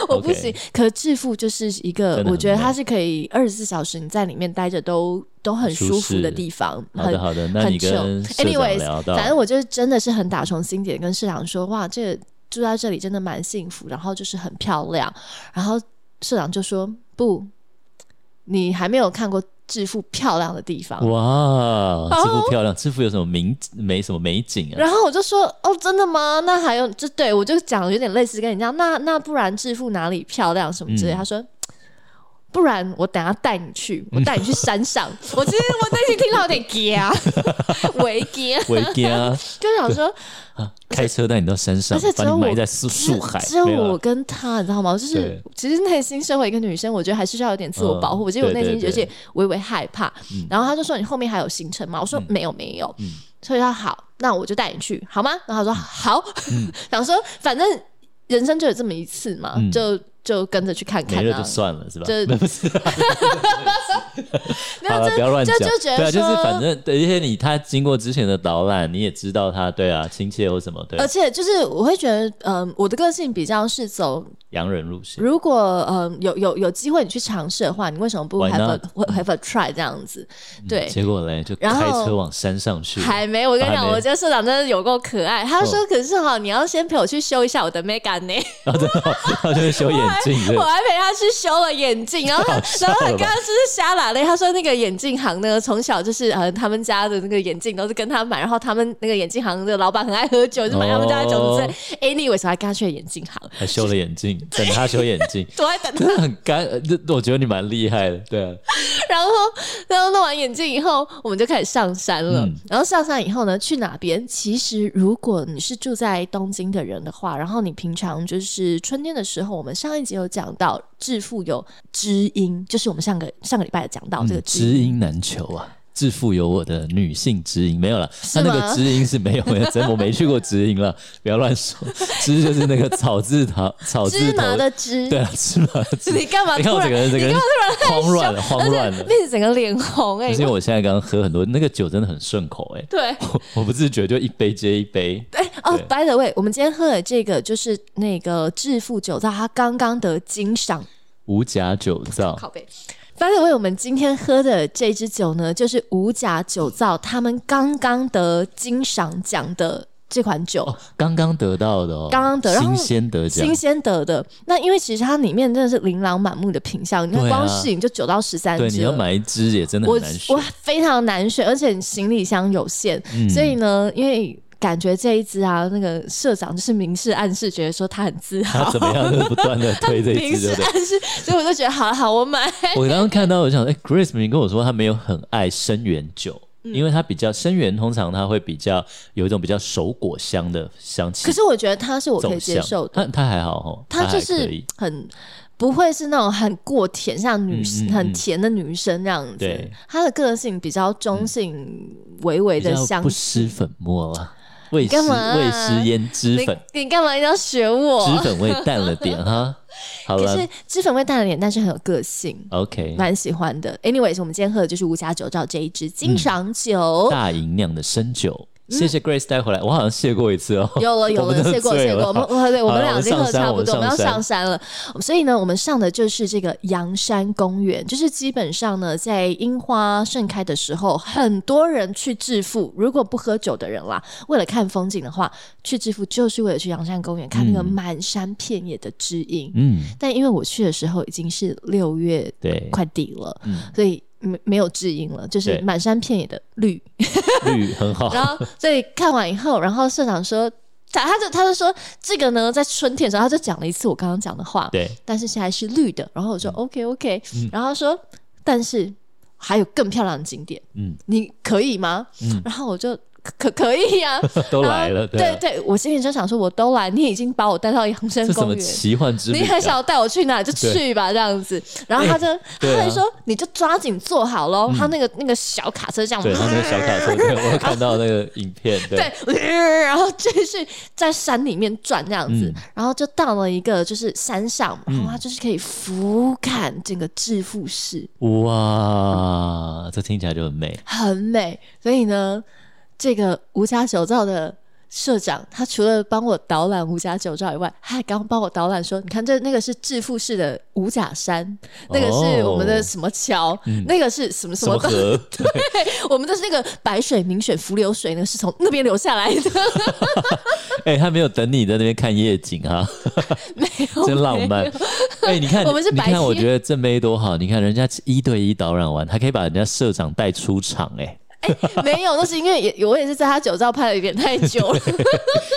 B: 我不
A: OK
B: 行。可是致富就是一
A: 真
B: 个
A: 的，很
B: 我觉得
A: 美
B: 它是可以二十四小时你在里面待着都都很
A: 舒
B: 舒服的
A: 适
B: 地方，
A: 好
B: 很
A: 的好的，那
B: 很
A: 你跟
B: chill
A: 社长
B: Anyways，
A: 聊到，
B: 反正我就是真的是很打从心底地跟市长说，哇，这个住在这里真的蛮幸福，然后就是很漂亮。然后社长就说，不，你还没有看过致富漂亮的地方。
A: 嗯
B: 哦
A: 哇，制服漂亮，制服有什么名没什么美景 啊？
B: 然后我就说，哦，真的吗？那还有，就对我就讲有点类似跟你一样，那那不然致富哪里漂亮什么之类。
A: 嗯
B: 他说。不然我等下带你去，我带你去山上。我其实我内心听到有 点嗲，微嗲，
A: 我一定啊，
B: 就想说
A: 开车带你到山上
B: 而且，
A: 把
B: 只有
A: 你埋
B: 我
A: 在树树海，
B: 只有
A: 没有啊
B: 我跟他，你知道吗？就是
A: 对
B: 其实内心身为一个女生，我觉得还是需要有点自我保护。
A: 嗯
B: 我记得我内心
A: 对对嗯
B: 有点微微害怕。然后他就说：“你后面还有行程吗？”我说：“没有，没有。”所以他说好，那我就带你去，好吗？
A: 嗯
B: 然后他说好， 想说反正人生就有这么一次嘛，
A: 嗯
B: 就就跟着去看看
A: 没了
B: 啊
A: 就。算了，是吧？
B: 这
A: 不是，
B: 没
A: 好
B: 有
A: 了，不要乱
B: 就
A: 讲。
B: 就觉得
A: 对啊，就是
B: 说
A: 反正，而且你他经过之前的导览，你也知道他对啊，亲切或什么对
B: 而且就是我会觉得，嗯、我的个性比较是走
A: 洋人路线，
B: 如果嗯、有有有机会你去尝试的话，你为什么不
A: Why
B: have
A: not？嗯
B: a have a try 这样子？对，
A: 结果嘞就
B: 然后
A: 开车往山上去，
B: 还没，我跟你
A: 还
B: 讲，
A: 没嗯
B: 我觉得社长真的有够可爱。他说：“可是哈，你要先陪我去修一下我的 Mega 呢。
A: 然后就然后就是修眼镜，”
B: 我
A: 对
B: 还陪他去修了眼镜，然后他
A: 好笑
B: 然后他
A: 了
B: 刚
A: 吧
B: 刚就是瞎打 嘞。他说那个眼镜行呢，从小就是呃他们家的那个眼镜都是跟他买，然后他们那个眼镜行的老板很爱喝酒，就买他们家的酒之类
A: 哦。
B: Anyway，所以还跟他去了眼镜行，。
A: 还修了眼镜，等他修眼镜
B: 都在等他
A: 真的很干，呃这我觉得你蛮厉害的， 对啊，
B: 然后，然后弄完眼镜以后，我们就开始上山了。
A: 嗯
B: 然后上山以后呢，去哪边？其实如果你是住在东京的人的话，然后你平常就是春天的时候，我们上一集有讲到致富有知音，就是我们上个上个礼拜有讲到这个
A: 嗯知
B: 音。
A: 音难求啊。致富有我的女性知音没有了，他那
B: 吗
A: 个知音是没有的，真我没去过知 音了，不要乱说。知就是那个草字头，草字
B: 芝麻
A: 头
B: 的芝，
A: 对啊，芝麻的芝。
B: 你干 嘛
A: 你看
B: 突
A: 我
B: 然
A: 整个人，整个人慌乱了，慌乱了。
B: 面子整个脸红哎、
A: 而且我现在刚刚喝很多，那个酒真的很顺口哎、
B: 对，
A: 我我不自觉就一杯接一杯。
B: 哎、哦、
A: 对
B: b y the way，我们今天喝的这个就是那个致富酒造，它刚刚得金赏
A: 五甲酒造，
B: 靠背。by the way，我们今天喝的这支酒呢，就是五甲酒造他们刚刚得金赏奖的这款酒。
A: 哦刚刚得到的哦，
B: 刚刚得然后
A: 新鲜得奖
B: 新，鲜得的，那因为其实它里面真的是琳琅满目的品相，你看
A: 对啊
B: 光是你就九到十三
A: 对，你
B: 支
A: 要
B: 了，
A: 买一支也真的
B: 我
A: 很难选
B: 我。非常难选，而且你行李箱有限，
A: 嗯
B: 所以呢，因为感觉这一支啊，那个社长就是明示暗示，觉得说他很 自
A: 他
B: 豪，
A: 怎么样都不断的推这一
B: 明
A: 支，
B: 示
A: 对不对？
B: 暗示，所以我就觉得好了好，我买。
A: 我刚刚看到，我想，哎、c h r i s 明明跟我说他没有很爱生源酒，
B: 嗯
A: 因为他比较生源，通常他会比较有一种比较熟果香的香气。
B: 可是我觉得它是我可以
A: 种
B: 接
A: 香，
B: 受的，
A: 他他还好哦，
B: 她
A: 还
B: 就
A: 可
B: 是
A: 以
B: 很不会是那种很过甜，像女、
A: 嗯嗯嗯
B: 很甜的女生那样子
A: 对。嗯
B: 她的个性比较中性、微微
A: 比
B: 的
A: 较
B: 香
A: 不。施粉末了，未施
B: 干嘛啊
A: 未施胭脂
B: 你
A: 粉，
B: 你干嘛一定要学我
A: 脂？粉味淡了点哈。好
B: 可
A: 了
B: 是脂粉味淡了点，但是很有个性，
A: ，OK，
B: 蛮喜欢的。Anyways，我们今天喝的就是吴家酒造这一
A: 嗯
B: 支金赏酒。
A: 大吟酿的生酒，谢谢 Grace 带回来，我好像谢过一次 哦。
B: 嗯有了有
A: 我
B: 了
A: 们，都
B: 谢过
A: 醉
B: 谢过，
A: 了
B: 我们 我对我们
A: 好了
B: 俩已经
A: 我
B: 喝
A: 们
B: 得
A: 上
B: 差不多，我
A: 山
B: 们要
A: 我们上
B: 上山了，所以呢，我们上的就是这个阳山公园，就是基本上呢，在樱花盛开的时候，很多人去致富，如果不喝酒的人啦，为了看风景的话，去致富就是为了去阳山公园看那个满山遍野的知音。
A: 嗯，
B: 但因为我去的时候已经是六月
A: 对，
B: 快底了，
A: 嗯
B: 所以没没有知音了，就是
A: 对
B: 满山遍野的绿。
A: 绿很好，哦
B: 然后所以看完以后，然后社长说。他他就他就说这个呢，在春天的时候，他就讲了一次我刚刚讲的话，
A: 对， 嗯
B: 但是现在是绿的。然后我说、OK OK，、然后他说但是还有更漂亮的景点，
A: 嗯
B: 你可以吗？然后我就可可以呀、
A: 都来
B: 然
A: 了，
B: 后
A: 对啊
B: 对对，我心里就想说，我都来，你已经把我带到阳山
A: 这什
B: 公
A: 么
B: 园，
A: 奇幻之旅、
B: 你
A: 啊？
B: 还想要带我去哪就去吧，这样子。然后他就、
A: 对
B: 他
A: 啊嗯
B: 就说，你就抓紧坐好喽。他那个那个小卡车这样，
A: 对，他那个小卡车，对我有看到那个影片，对，
B: 对，呃然后继续在山里面转这样子，
A: 嗯
B: 然后就到了一个就是山上，然后它就是可以俯瞰整个致富市，
A: 哇，这听起来就很美。
B: 很美。所以呢，这个吴家酒造的。社长，他除了帮我导览吴家酒造以外，他还刚帮我导览说，你看这那个是致富市的五甲山，
A: 哦
B: 那个是我们的什么桥，那个是什么什
A: 什么
B: 么东
A: 河？对，
B: 我们的那个白水、明水、伏流水呢，是从那边流下来的。
A: 哎、他没有等你在那边看夜景 啊，
B: 没有
A: 真浪漫。哎、你看，
B: 我们是
A: 你
B: 白
A: 看，我
B: 天
A: 觉得正妹多好。你看人家一对一导览完，还可以把人家社长带出场、哎，
B: 没有，那是因为也我也是在他酒照拍的有点太久 了，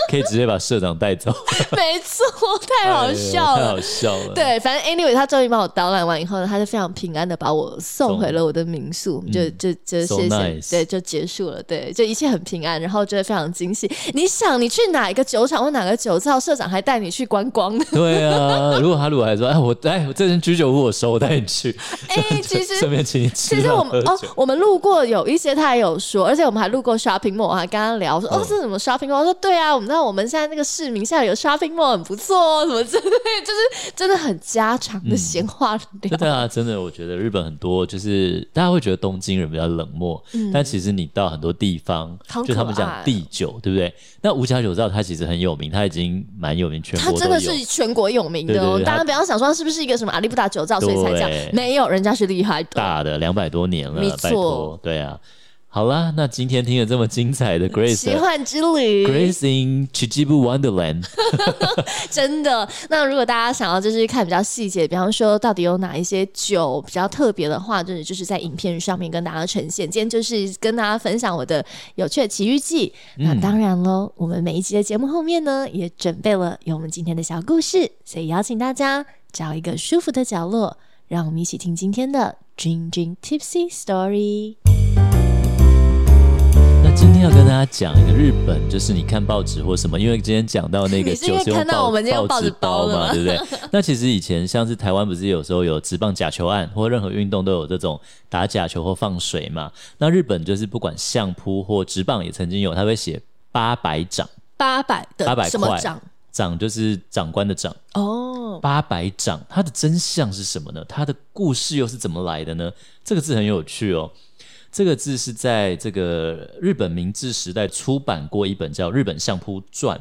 A: 可以直接把社长带走，
B: 没错，太好笑
A: 哎呦太
B: 了。
A: 好笑了。，
B: 对，反正 anyway，他终于帮我导览完以后呢，他就非常平安的把我送回了我的民宿，我们就就就
A: 嗯 So
B: 谢谢
A: nice
B: 对，就结束了，对，就一切很平安，然后就会非常惊喜。你想，你去哪一个酒厂或哪个酒造，社长还带你去 观光 呢？
A: 对啊。如果哈鲁还说，哎，我哎，我这间居酒屋我收，我带你去，
B: 哎、其实
A: 顺便请你吃
B: 其实
A: 饭
B: 我们
A: 喝
B: 哦
A: 酒，
B: 我们路过有一些他也有说，而且我们还路过 shopping mall，我还跟他聊
A: 嗯
B: 说、哦，这是什么 shopping mall？他说对啊，我们知道我们现在那个市民现在有 shopping mall 很不错哦，什么之类， 就是真的很家常的闲话聊。
A: 真的啊，真的，我觉得日本很多就是大家会觉得东京人比较冷漠，但其实你到很多地方
B: 嗯好，
A: 就他们
B: 可爱
A: 讲地酒，对不对？那吴家酒造它其实很有名，它已经蛮有名，全
B: 他
A: 国
B: 真
A: 都
B: 的
A: 有。
B: 是全国有名的
A: 对对
B: 哦，
A: 对
B: 大
A: 他
B: 家不要想说他是不是一个什么阿里不达酒造，所以才这样
A: 对，
B: 没有，人家是厉害的。
A: 大的两百多年了
B: 没，
A: 拜
B: 错
A: 托，对啊。好啦，那今天听了这么精彩的 Grace
B: 奇
A: 的
B: 幻之旅
A: Grace in Chijibu Wonderland，
B: 真的。那如果大家想要就是看比较细节，比方说到底有哪一些酒比较特别的话，就是就是在影片上面跟大家呈现。今天就是跟大家分享我的有趣的奇遇记。
A: 嗯
B: 那当然喽，我们每一集的节目后面呢，也准备了有我们今天的小故事，所以邀请大家找一个舒服的角落，让我们一起听今天的 Dream Dream Tipsy Story。
A: 那今天要跟大家讲一个日本，就是你看报纸或什么，因为今天讲到那个
B: 你是因
A: 酒
B: 为
A: 是用
B: 看到我们今天用
A: 报
B: 报纸
A: 纸包
B: 包了
A: 嘛，
B: 吗
A: 对不对？ 那其实以前像是台湾不是有时候有职棒假球案，或任何运动都有这种打假球或放水嘛。那日本就是不管相扑或职棒也曾经有，他会写八百掌，
B: 八百的
A: 八百
B: 什么
A: 块
B: 奖？
A: 掌就是长官的长。
B: 哦，
A: 八百掌，它的真相是什么呢？它的故事又是怎么来的呢？这个字很有趣哦。这个字是在这个日本明治时代出版过一本叫《日本相扑传》，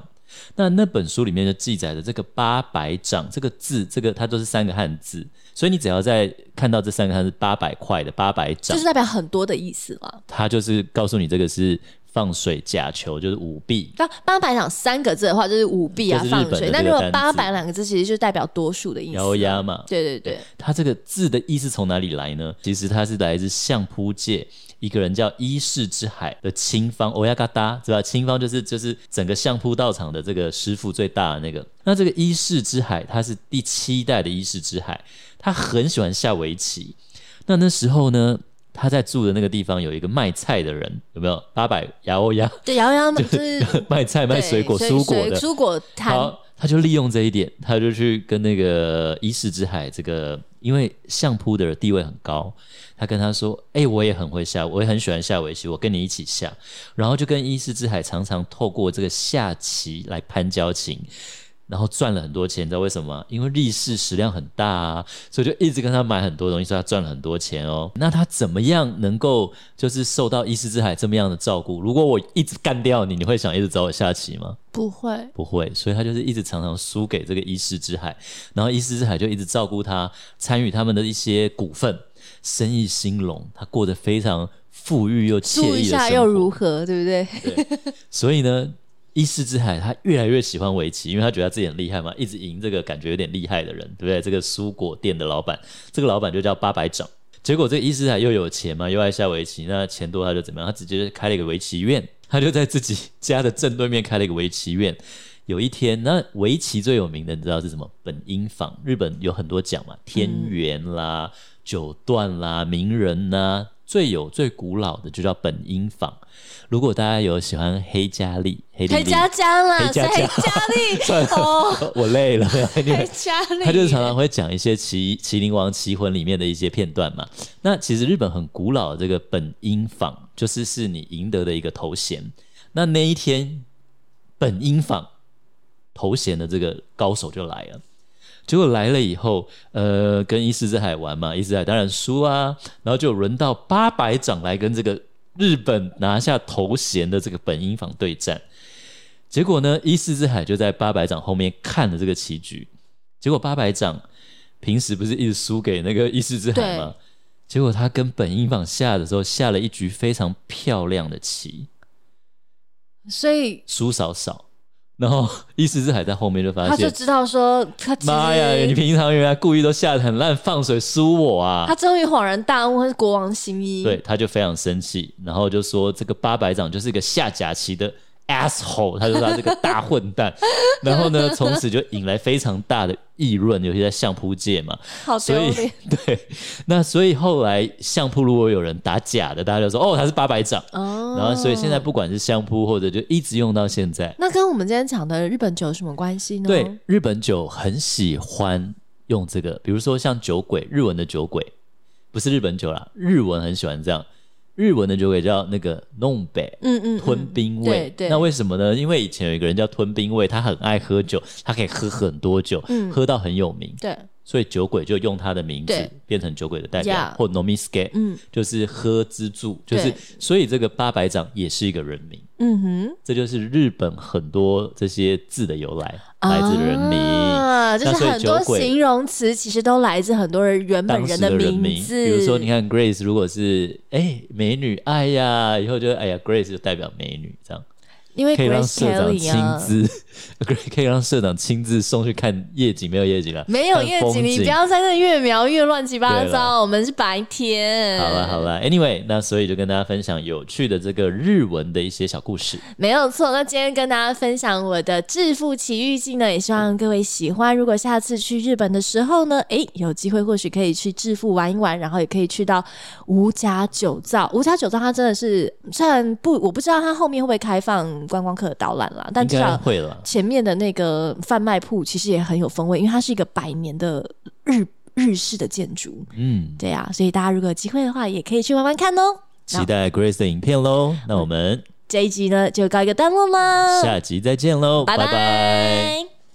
A: 那那本书里面就记载着这个八百掌这个字，这个它都是三个汉字，所以你只要在看到这三个汉字八百块的八百掌
B: 就，是代表很多的意思嘛。
A: 它就是告诉你这个是放水假球，就是舞弊。
B: 那八百两三个字的话，就是舞弊啊
A: 就，是日
B: 放
A: 本的
B: 水。
A: 这
B: 那
A: 个
B: 如果
A: 单字
B: 八百两个字，其实就代表多数的意思。啊
A: 摇压嘛，
B: 对对对，
A: 它这个字的意思从哪里来呢？其实它是来自相扑界一个人叫伊势之海的清方欧亚嘎达，知道清方就是就是整个相扑道场的这个师傅最大的那个。那这个伊势之海，他是第七代的伊势之海，他很喜欢下围棋。那那时候呢，他在住的那个地方有一个卖菜的人，有没有八百牙欧亚
B: 对摇压嘛，就是
A: 卖菜 卖
B: 对
A: 水果蔬果的？
B: 蔬果摊。
A: 好，他就利用这一点，他就去跟那个伊势之海这个，因为相扑的地位很高，他跟他说：“哎、我也很会下，我也很喜欢下围棋，我跟你一起下。”然后就跟伊势之海常常透过这个下棋来攀交情。然后赚了很多钱，你知道为什么吗？因为力士食量很大啊，所以就一直跟他买很多东西，所以他赚了很多钱哦。 那他怎么样能够就是受到伊势之海这么样的照顾？如果我一直干掉你，你会想一直找我下棋吗？
B: 不会，
A: 不会，所以他就是一直常常输给这个伊势之海，然后伊势之海就一直照顾他，参与他们的一些股份，生意兴隆，他过得非常富裕又
B: 输
A: 惬意
B: 一
A: 的
B: 下
A: 生
B: 又
A: 活。
B: 如何，对不对？
A: 所以呢，伊势之海他越来越喜欢围棋，因为他觉得他自己很厉害嘛，一直赢这个感觉有点厉害的人，对不对？这个蔬果店的老板，这个老板就叫八百掌。结果这个伊势之海又有钱嘛，又爱下围棋，那钱多他就怎么样？他直接开了一个围棋院，他就在自己家的正对面开了一个围棋院。有一天，那围棋最有名的，你知道是什么？本因坊，日本有很多奖嘛，天元啦、九段啦、名人呐、最有最古老的就叫本因坊。如果大家有喜欢黑加力、黑莉
B: 黑
A: 莉
B: 加加啦，
A: 黑
B: 是
A: 加加
B: 黑 加
A: 算
B: 力
A: 了
B: 哦，
A: 我累了，你
B: 黑加力，
A: 他就是常常会讲一些麒《麒麟王》《棋魂》里面的一些片段嘛。那其实日本很古老的这个本因坊，就是是你赢得的一个头衔。那那一天，本因坊头衔的这个高手就来了。结果来了以后，呃，跟伊势之海玩嘛，伊势之海当然输啊，然后就轮到八百掌来跟这个日本拿下头衔的这个本因坊对战。结果呢，伊势之海就在八百掌后面看了这个棋局，结果八百掌平时不是一直输给那个伊势之海吗？结果他跟本因坊下的时候下了一局非常漂亮的棋，
B: 所以
A: 输少少，然后伊势之海在后面就发
B: 他就
A: 现，
B: 知道说他其实
A: 妈呀，你平常原来啊故意都下的很烂，放水输我啊！
B: 他终于恍然大悟，他是国王新一，
A: 对，，他就非常生气，然后就说这个八百掌就是一个下假棋的 asshole，他就说他这个大混 蛋。然后呢，从此就引来非常大的议论，尤其在相扑界嘛。
B: 好
A: 所
B: 丢
A: 以
B: 脸。
A: 对，那所以后来相扑如果有人打假的，大家就说哦他是八百掌。
B: 哦
A: 然后所以现在不管是相扑或者就一直用到现在。
B: 那跟我们今天讲的日本酒有什么关系呢？
A: 对，日本酒很喜欢用这个，比如说像酒鬼，日文的酒鬼不是日本酒啦，日文很喜欢这样，日文的酒鬼叫那个弄北。
B: 嗯，嗯嗯，
A: 吞冰
B: 对
A: 味，
B: 对
A: 那为什么呢？因为以前有一个人叫吞冰味，他很爱喝酒，他可以喝很多酒，
B: 嗯
A: 喝到很有名，
B: 对，
A: 所以酒鬼就用他的名字
B: 对
A: 变成酒鬼的代表
B: Yeah
A: 或 nomiske，、
B: 嗯
A: 就是喝之助，就是
B: 对
A: 所以这个八百掌也是一个人名，
B: 嗯哼，
A: 这就是日本很多这些字的由来，来自人名。
B: 啊，就
A: 那
B: 是
A: 所以
B: 很多
A: 酒鬼
B: 形容词其实都来自很多人原本
A: 当时
B: 的
A: 的人名，
B: 字，
A: 比如说你看 Grace，如果是哎、美女，哎呀，以后就哎呀 Grace 就代表美女这样。
B: 因为
A: 可以让
B: Grace
A: 社长
B: Kelly
A: 亲
B: 啊。
A: 自， 可以让社长亲自送去看夜景，没有夜景了，
B: 没有
A: 看
B: 夜
A: 风
B: 景，你不要在那越描越乱七八
A: 对
B: 糟。
A: 了
B: 我们是白天，
A: 好了好了，Anyway，那所以就跟大家分享有趣的这个日文的一些小故事。
B: 没有错，那今天跟大家分享我的致富奇遇记呢，也希望各位喜欢。如果下次去日本的时候呢，诶，有机会或许可以去致富玩一玩，然后也可以去到五甲酒造。五甲酒造它真的是，虽然不我不知道它后面会不会开放观光客导览啦，但
A: 应
B: 至
A: 该
B: 少
A: 会了，
B: 前面的那个贩卖铺其实也很有风味，因为它是一个百年的日日式的建筑。
A: 嗯，
B: 对啊，所以大家如果有机会的话，也可以去玩玩看哦。
A: 期待 Grace 的影片喽。那我们
B: 这一集呢，就告一个段落啦。
A: 下集再见喽，
B: 嗯拜
A: 拜拜。
B: 拜。